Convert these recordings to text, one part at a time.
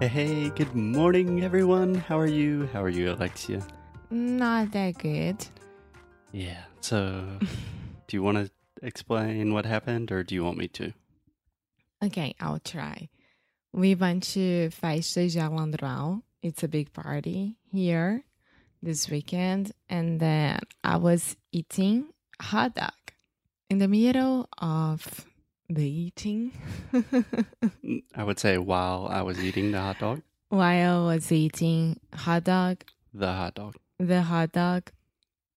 Hey, hey, good morning, everyone. How are you? How are you, Alexia? Not that good. Yeah, so do you want to explain what happened or do you want me to? Okay, I'll try. We went to Festa Jalandrão. It's a big party here this weekend. And then I was eating hot dog in the middle of the eating. I would say while I was eating the hot dog, While I was eating hot dog, the hot dog, the hot dog,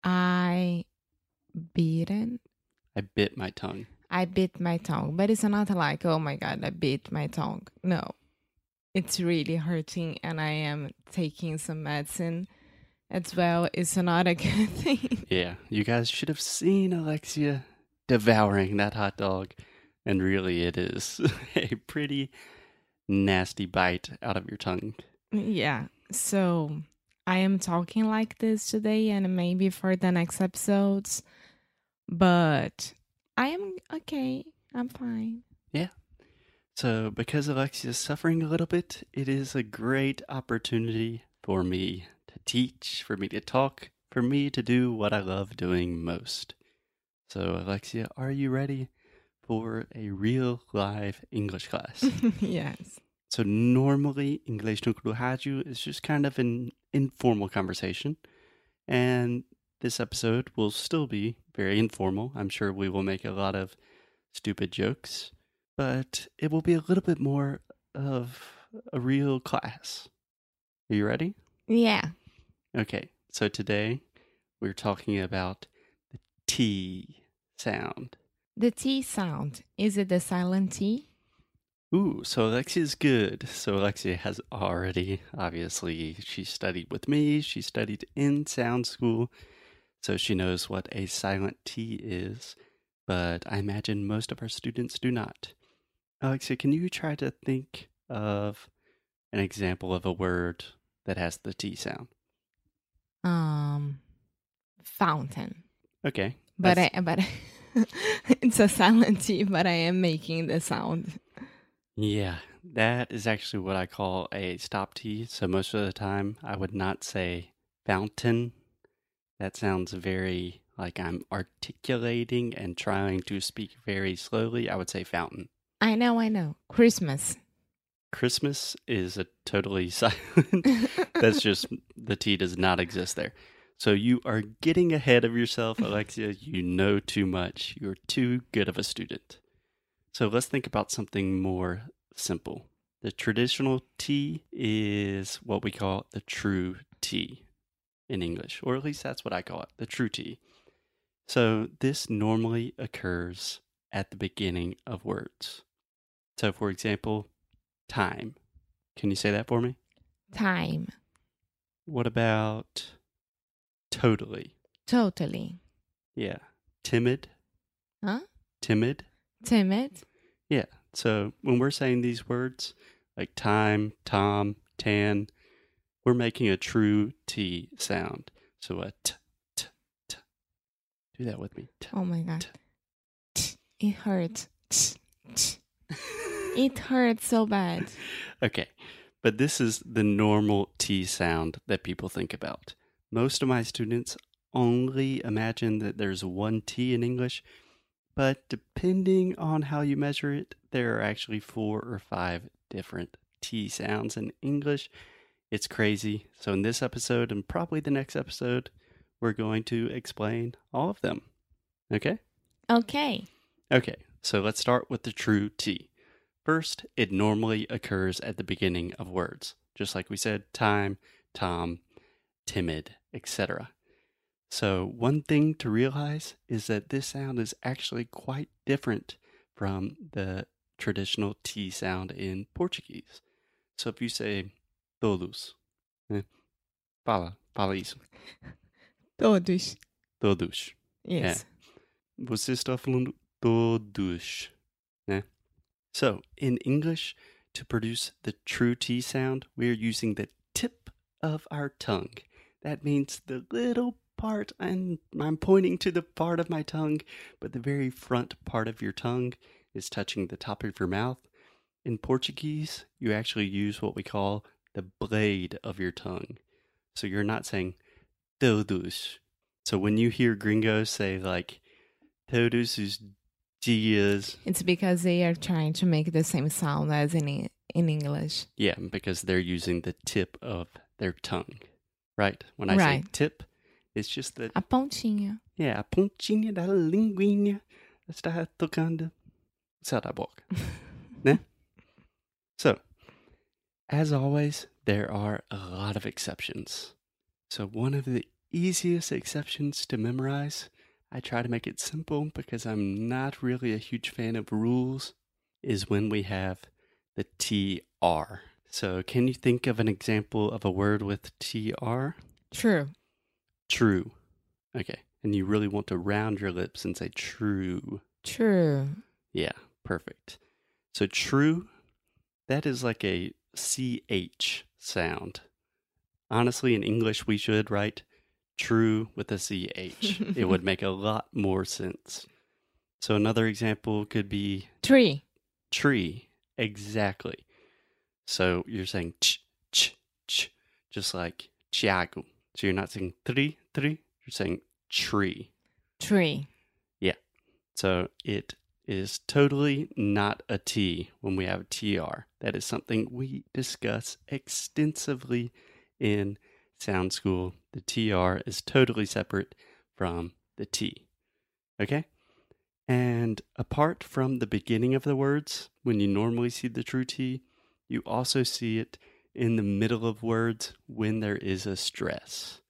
I beaten. I bit my tongue. I bit my tongue, but it's not like, oh my god, I bit my tongue. No, it's really hurting, and I am taking some medicine as well. It's not a good thing. Yeah, you guys should have seen Alexia devouring that hot dog. And really, it is a pretty nasty bite out of your tongue. yeah, so I am talking like this today, and maybe for the next episodes, but I am okay. I'm fine. So, because Alexia is suffering a little bit, it is a great opportunity for me to teach, for me to talk, for me to do what I love doing most. So, Alexia, are you ready for a real live English class? yes. So normally English no Kuruhaju is just kind of an informal conversation. And this episode will still be very informal. I'm sure we will make a lot of stupid jokes, but it will be a little bit more of a real class. Are you ready? Yeah. Okay. So today we're talking about the T sound. The T sound is it the silent T? Ooh, so Alexia's good. So Alexia has already, obviously, she studied with me. She studied in sound school. So she knows what a silent T is. But I imagine most of our students do not. Alexia, can you try to think of an example of a word that has the T sound? Um, fountain. Okay. But that's- I, but it's a silent T, but I am making the sound. Yeah, that is actually what I call a stop T. So most of the time, I would not say fountain. That sounds very like I'm articulating and trying to speak very slowly. I would say fountain. I know, I know. Christmas. Christmas is a totally silent. That's just the T does not exist there. So you are getting ahead of yourself, Alexia. You know too much. You're too good of a student. So let's think about something more simple. The traditional T is what we call the true T in English, or at least that's what I call it, the true T. So this normally occurs at the beginning of words. So, for example, time. Can you say that for me? time. What about totally? Totally. Yeah. Timid? Huh? Timid? Timid. Yeah. So when we're saying these words like time, tom, tan, we're making a true T sound. So a t, t, t. Do that with me. T. Oh my god. It hurt. It hurt so bad. Okay. But this is the normal T sound that people think about. Most of my students only imagine that there's one T in English, but depending on how you measure it, there are actually four or five different T sounds in English. It's crazy. So, in this episode and probably the next episode, we're going to explain all of them. Okay? Okay. Okay, so let's start with the true T. First, it normally occurs at the beginning of words, just like we said time, tom, timid, etc. So, one thing to realize is that this sound is actually quite different from the traditional T sound in Portuguese. So, if you say Todos. né? Fala, fala isso. Todos. Todos. Oh, Yes. Você está falando todos, né? So, in English, to produce the true T sound, we are using the tip of our tongue. That means the little part, and I'm pointing to the part of my tongue, but the very front part of your tongue is touching the top of your mouth. In Portuguese, you actually use what we call the blade of your tongue. So you're not saying todos. So when you hear gringos say like todos os dias, It's because they are trying to make the same sound as in E- in English. yeah, because they're using the tip of their tongue, right? When I say Right. tip, it's just the A pontinha. yeah, a pontinha da linguinha está tocando essa da boca. So, as always, there are a lot of exceptions. So, one of the easiest exceptions to memorize, I try to make it simple because I'm not really a huge fan of rules, is when we have the TR. So, can you think of an example of a word with TR? True. True. Okay. And you really want to round your lips and say true. True. Yeah, perfect. So true, that is like a CH sound. Honestly, in English, we should write true with a CH. it would make a lot more sense. So another example could be Three. tree. Exactly. So you're saying ch, ch, ch, just like Chiago. So you're not saying three, three, you're saying tree. Three. So it is totally not a T when we have TR. That is something we discuss extensively in sound school. The TR is totally separate from the T. Okay? And apart from the beginning of the words, when you normally see the true T, you also see it in the middle of words when there is a stress.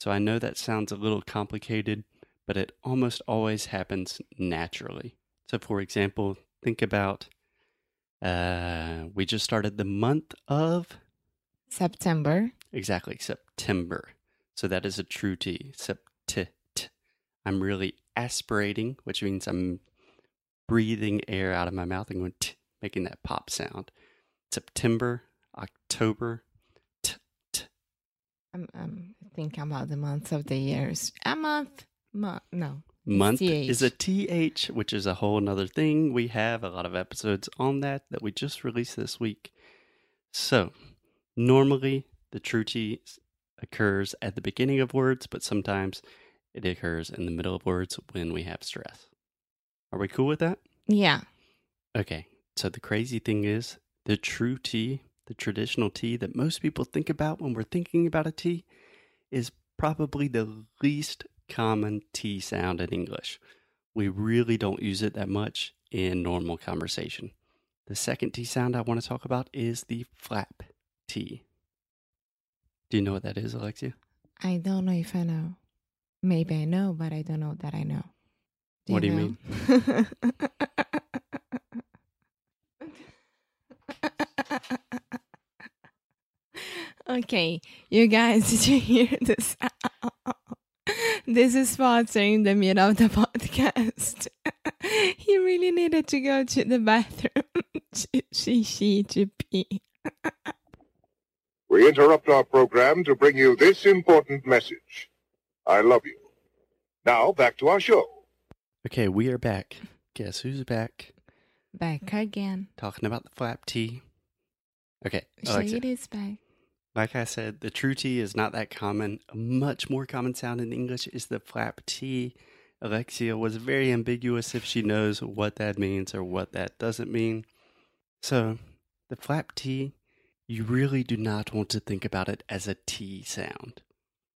So I know that sounds a little complicated, but it almost always happens naturally. So, for example, think about uh, we just started the month of September. exactly September. So that is a true T. Sept. I'm really aspirating, which means I'm breathing air out of my mouth and going t, making that pop sound. September, October. I'm, I'm thinking about the months of the years. A month. Month. No. month TH. is a th which is a whole nother thing we have a lot of episodes on that that we just released this week so normally the true t occurs at the beginning of words but sometimes it occurs in the middle of words when we have stress are we cool with that Yeah. Okay. So the crazy thing is the true tea, the traditional tea that most people think about when we're thinking about a tea, is probably the least common T sound in English. We really don't use it that much in normal conversation. The second T sound I want to talk about is the flap T. Do you know what that is, Alexia? I don't know if I know. Maybe I know, but I don't know that I know. What do you mean? okay, you guys, did you hear this? this is Walter in the middle of the podcast. he really needed to go to the bathroom. to she, she, to pee. We interrupt our program to bring you this important message. I love you. Now, back to our show. Okay, we are back. Guess who's back? Back again. Talking about the flap T. Okay, Alexia. Shade is back. Like I said, the true T is not that common. A much more common sound in English is the flap T. Alexia was very ambiguous if she knows what that means or what that doesn't mean. So, the flap T, you really do not want to think about it as a T sound.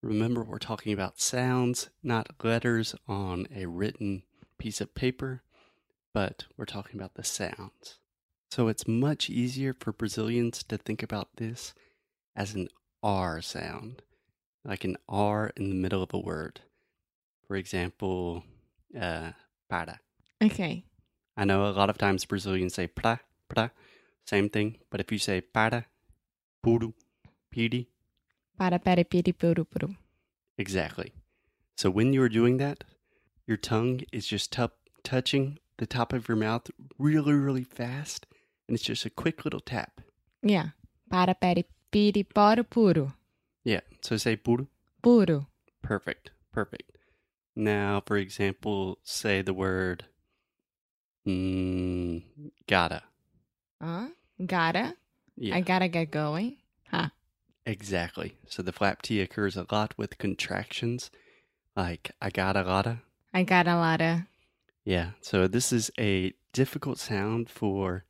Remember, we're talking about sounds, not letters on a written piece of paper, but we're talking about the sounds. So, it's much easier for Brazilians to think about this as an R sound, like an R in the middle of a word. For example, uh, para. Okay. I know a lot of times Brazilians say pra, pra, same thing, but if you say para, puro, Beauty. Para peripiripurupuru. Exactly. So when you are doing that, your tongue is just tup touching the top of your mouth really, really fast, and it's just a quick little tap. Yeah. Para peripiriporupuru. Yeah. So say puru. Puru. Perfect. Perfect. Now, for example, say the word mm, gotta. Huh? Gotta. Yeah. I gotta get going. Huh. Exactly. So the flap T occurs a lot with contractions, like I gotta gotta. I got a lot of. Yeah. So this is a difficult sound for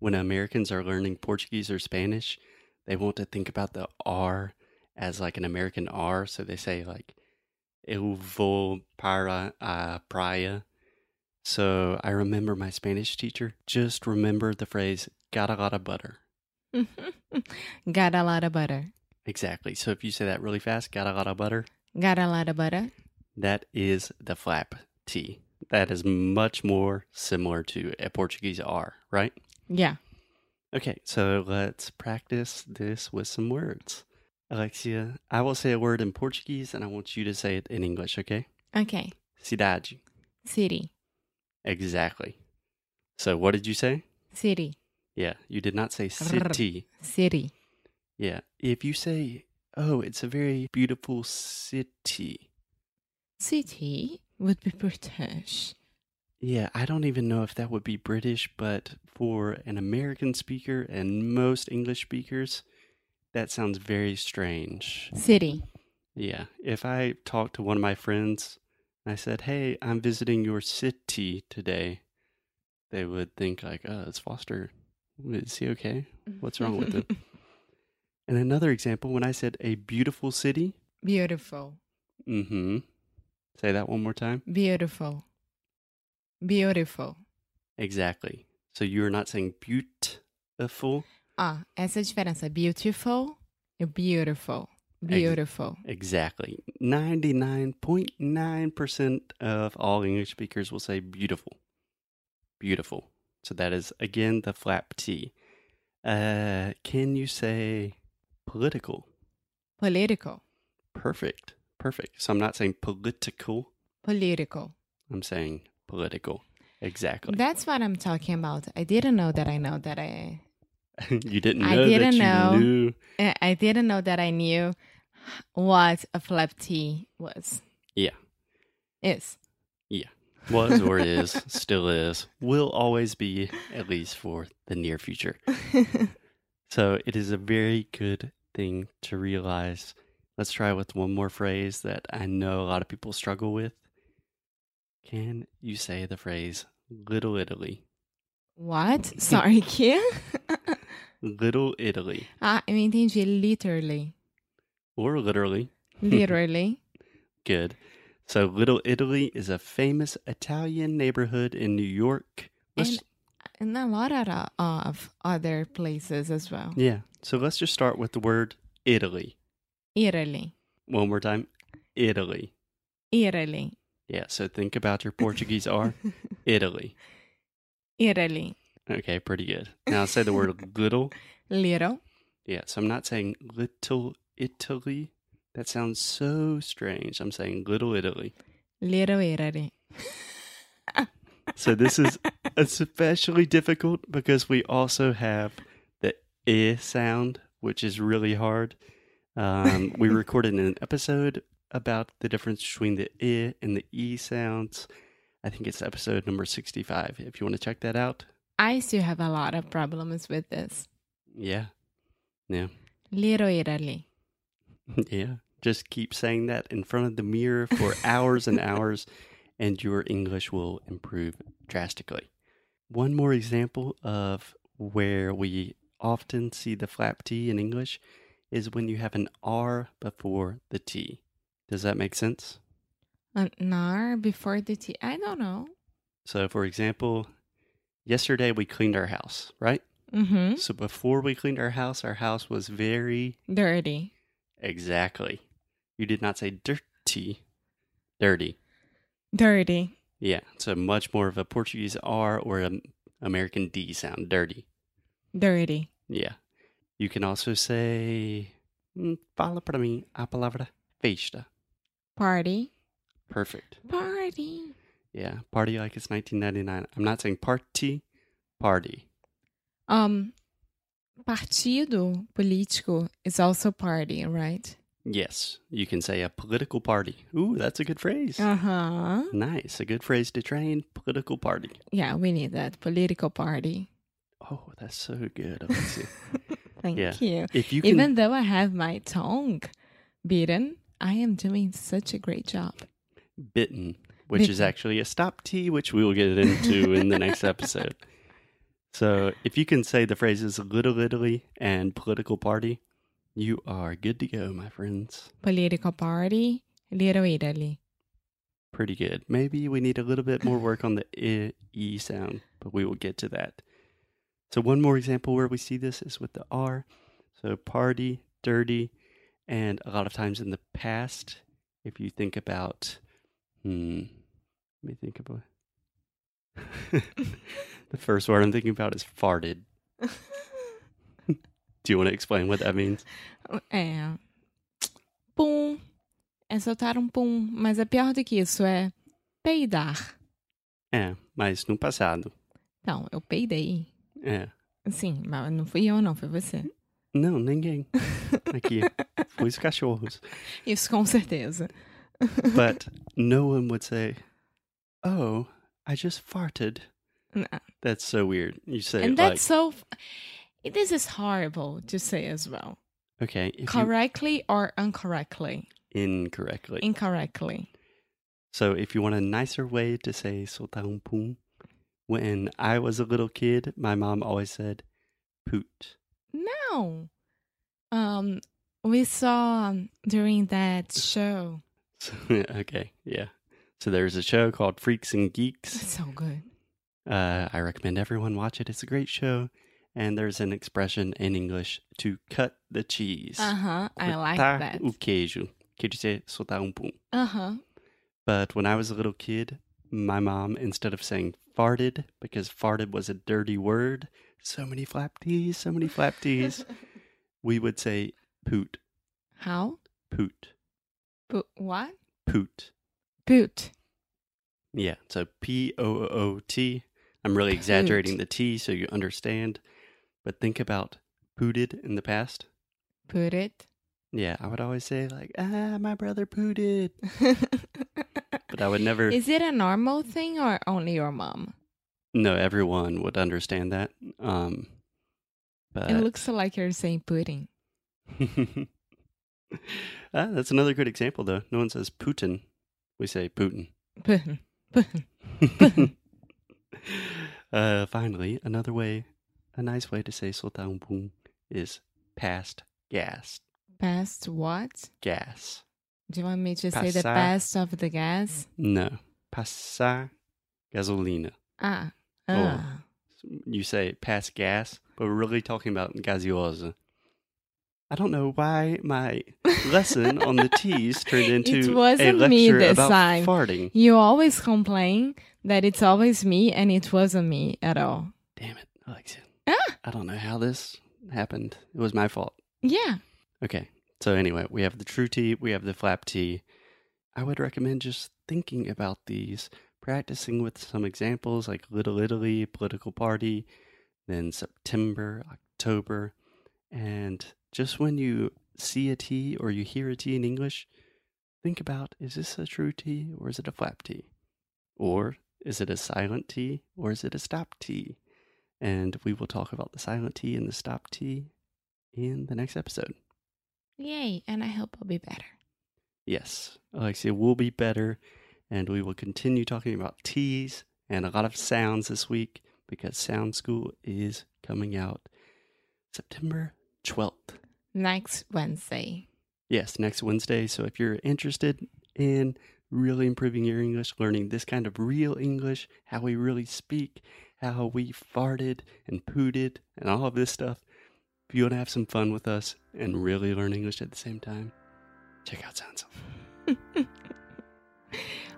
when Americans are learning Portuguese or Spanish. They want to think about the R as like an American R. So they say like eu vou para a praia. So I remember my Spanish teacher just remember the phrase gotta gotta butter. got a lot of butter. Exactly. So if you say that really fast, gotta gotta butter, Got a lot of butter. That is the flap T. That is much more similar to a Portuguese R, right? Yeah. Okay, so let's practice this with some words. Alexia, I will say a word in Portuguese and I want you to say it in English, okay? Okay. Cidade. City. Exactly. So what did you say? City. Yeah, you did not say city. City. Yeah. If you say, oh, it's a very beautiful city. City would be British. Yeah, I don't even know if that would be British, but for an American speaker and most English speakers, that sounds very strange. City. Yeah, if I talked to one of my friends and I said, "Hey, I'm visiting your city today," they would think like, "Oh, it's Foster. Is he okay? What's wrong with him?" and another example, when I said a beautiful city, Beautiful. mm-hmm. Say that one more time. Beautiful. Beautiful. Exactly. So you are not saying beautiful. Ah, essa é a diferença. Beautiful e beautiful. Beautiful. Exactly. 99.9% of all English speakers will say beautiful. Beautiful. So that is, again, the flap T. Uh, can you say political? Political. Perfect. Perfect. So I'm not saying political, Political. I'm saying political. Exactly. That's what I'm talking about. I didn't know that I know that I you didn't I know that didn't you know. knew. I I didn't know that I knew what a flap T was. Yeah. Is. Was or is, still is, will always be, at least for the near future. So it is a very good thing to realize. Let's try with one more phrase that I know a lot of people struggle with. Can you say the phrase Little Italy? what? Sorry, que? Little Italy. ah, eu entendi. Literally. Or literally. Literally. Good. So Little Italy is a famous Italian neighborhood in New York. Let's- And- and a lot of, uh, of other places as well. yeah. So let's just start with the word Italy. Italy. One more time. Italy. Italy. Yeah. So think about your Portuguese R. Italy. Italy. Okay, pretty good. Now say the word little. Little. Yeah, so I'm not saying little Italy. That sounds so strange. I'm saying little Italy. Little Italy. So this is especially difficult because we also have the i sound, which is really hard. Um, we recorded an episode about the difference between the i and the e sounds. I think it's episode number 65. If you want to check that out, I still have a lot of problems with this. yeah. Little Italy. Yeah. Just keep saying that in front of the mirror for hours and hours, and your English will improve drastically. One more example of where we often see the flap T in English is when you have an R before the T. Does that make sense? An R before the T. I don't know. So, for example, yesterday we cleaned our house, right? Mm-hmm. So, before we cleaned our house, our house was very Dirty. exactly. You did not say dirty, dirty. Dirty. Yeah, so much more of a Portuguese R or an American D sound, dirty. Dirty. Yeah. You can also say Hum, Fala pra mim a palavra festa. Party. Perfect. Party. Yeah, party like it's 1999. I'm not saying party, party. Um, partido político is also party, right? Yes, you can say a political party. Ooh, that's a good phrase. Uh huh. Nice, a good phrase to train. Political party. Yeah, we need that political party. Oh, that's so good, Alexia. Thank Yeah. you. if you can, Even though I have my tongue beaten, I am doing such a great job. bitten, which is Bitten. actually a stop T, which we will get into in the next episode. So, if you can say the phrases "little Italy" and "political party," you are good to go, my friends. Political party, Little Italy. Pretty good. Maybe we need a little bit more work on the i, e sound, but we will get to that. So, one more example where we see this is with the r. So, party, dirty, and a lot of times in the past, if you think about, hmm, let me think about the first word I'm thinking about is farted. Do you want to explain what that means? É. Pum. É soltar um pum. Mas é pior do que isso, é peidar. É, Eh, mas no passado. Então, eu peidei. É. Sim, mas não fui eu, não, foi você. Não, ninguém. Aqui. Foi os cachorros. Isso com certeza. but no one would say, "Oh, I just farted." Nah. That's so weird. You say And it that's so. This is horrible to say as well. like, "Okay, if you- Correctly or incorrectly? incorrectly." Incorrectly. so, if you want a nicer way to say "soltar un pum," when I was a little kid, my mom always said "poot." No. Um, we saw during that show. So, okay, yeah. So there's a show called Freaks and Geeks. So good. Uh, I recommend everyone watch it. It's a great show. And there's an expression in English to cut the cheese. Uh huh. I like cortar that. tá o queijo. Quer dizer, soltar um pum. Uh huh. But when I was a little kid, my mom, instead of saying farted, because farted was a dirty word, so many flap tees, so many flap tees, we would say poot, How? poot, Put what? poot. Put. Yeah, so P O O T. I'm really Poot. exaggerating the T so you understand. But think about pooted in the past. Put it. Yeah, I would always say, like, ah, my brother pooted. But I would never. is it a normal thing or only your mom? No, everyone would understand that. Um, but it looks like you're saying pudding. Ah, that's another good example, though. No one says Putin; we say Putin. Pudding. Pudding. uh, finally, another way, a nice way to say "soltar boom" is past gas. Past what? Gas. Do you want me to say the Passar. past of the gas? No, passar gasolina. Ah. Oh. ah. You say pass gas, but we're really talking about gaseosa. I don't know why my lesson on the T's turned into a wasn't lecture me this about time. farting. You always complain that it's always me and it wasn't me at all. Damn it, Alexia. Ah. I don't know how this happened. It was my fault. Yeah. Okay. So anyway, we have the true T, we have the flap T. I would recommend just thinking about these, practicing with some examples like Little Italy, political party, then September, October, and just when you see a T or you hear a T in English, think about is this a true T or is it a flap T? Or is it a silent T or is it a stop T? And we will talk about the silent T and the stop T in the next episode. Yay. And I hope I'll be better. Yes, Alexia will be better, and we will continue talking about T's and a lot of sounds this week because Sound School is coming out September 12th. Next Wednesday. Yes, next Wednesday. So if you're interested in really improving your English, learning this kind of real English, how we really speak, how we farted and pooted and all of this stuff, if you want to have some fun with us and really learn English at the same time, check out Sound School.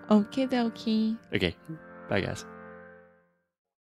Okie dokie. Okay, bye guys.